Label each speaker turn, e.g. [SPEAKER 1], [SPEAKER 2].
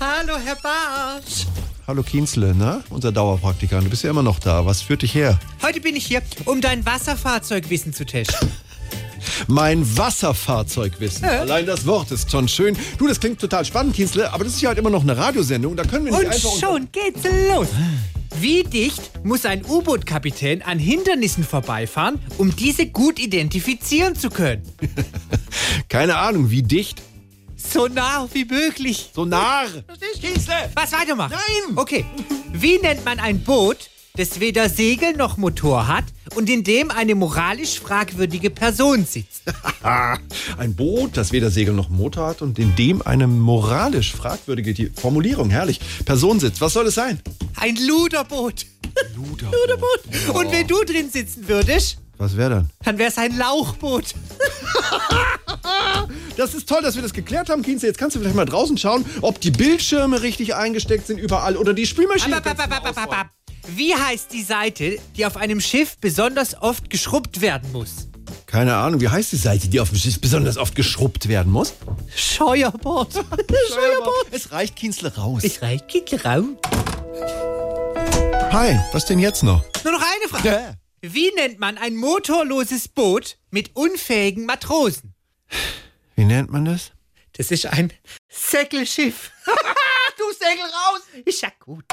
[SPEAKER 1] Hallo, Herr Bartsch.
[SPEAKER 2] Hallo Kienzle, ne? Unser Dauerpraktikant. Du bist ja immer noch da. Was führt dich her?
[SPEAKER 1] Heute bin ich hier, um dein Wasserfahrzeugwissen zu testen.
[SPEAKER 2] Mein Wasserfahrzeugwissen.
[SPEAKER 1] Äh?
[SPEAKER 2] Allein das Wort ist schon schön. Du, das klingt total spannend, Kienzle, aber das ist ja halt immer noch eine Radiosendung. Da können wir nicht
[SPEAKER 1] Und
[SPEAKER 2] einfach... unser-
[SPEAKER 1] schon geht's los. Wie dicht muss ein U-Boot-Kapitän an Hindernissen vorbeifahren, um diese gut identifizieren zu können?
[SPEAKER 2] Keine Ahnung, wie dicht?
[SPEAKER 1] So nah wie möglich.
[SPEAKER 2] Sonar!
[SPEAKER 1] Verstehst Kienzle? Was weitermachen?
[SPEAKER 2] Nein!
[SPEAKER 1] Okay. Wie nennt man ein Boot, das weder Segel noch Motor hat und in dem eine moralisch fragwürdige Person sitzt?
[SPEAKER 2] Ah, ein Boot, das weder Segel noch Motor hat und in dem eine moralisch fragwürdige die Formulierung, herrlich, Person sitzt. Was soll es sein?
[SPEAKER 1] Ein Luderboot.
[SPEAKER 2] Luder.
[SPEAKER 1] Luderboot. Und wenn du
[SPEAKER 2] Oh.
[SPEAKER 1] drin sitzen würdest,
[SPEAKER 2] Was wäre dann?
[SPEAKER 1] dann wär's ein Lauchboot.
[SPEAKER 2] Das ist toll, dass wir das geklärt haben, Kienzle. Jetzt kannst du vielleicht mal draußen schauen, ob die Bildschirme richtig eingesteckt sind überall oder die Spülmaschine.
[SPEAKER 1] Ab, ab, ab,
[SPEAKER 2] kannst
[SPEAKER 1] ab,
[SPEAKER 2] du
[SPEAKER 1] ab,
[SPEAKER 2] mal
[SPEAKER 1] ab,
[SPEAKER 2] ausräumen.
[SPEAKER 1] ab. Wie heißt die Seite, die auf einem Schiff besonders oft geschrubbt werden muss?
[SPEAKER 2] Keine Ahnung, wie heißt die Seite, die auf dem Schiff besonders oft geschrubbt werden muss?
[SPEAKER 1] Scheuerbord. Scheuerbord.
[SPEAKER 2] Es reicht Kienzle raus.
[SPEAKER 1] Ich reich Kittel raum.
[SPEAKER 2] Hi, was denn jetzt noch?
[SPEAKER 1] Nur noch eine Frage.
[SPEAKER 2] Ja.
[SPEAKER 1] Wie nennt man ein motorloses Boot mit unfähigen Matrosen?
[SPEAKER 2] Wie nennt man das?
[SPEAKER 1] Das ist ein Säckelschiff. du Säckel raus! Ist ja gut.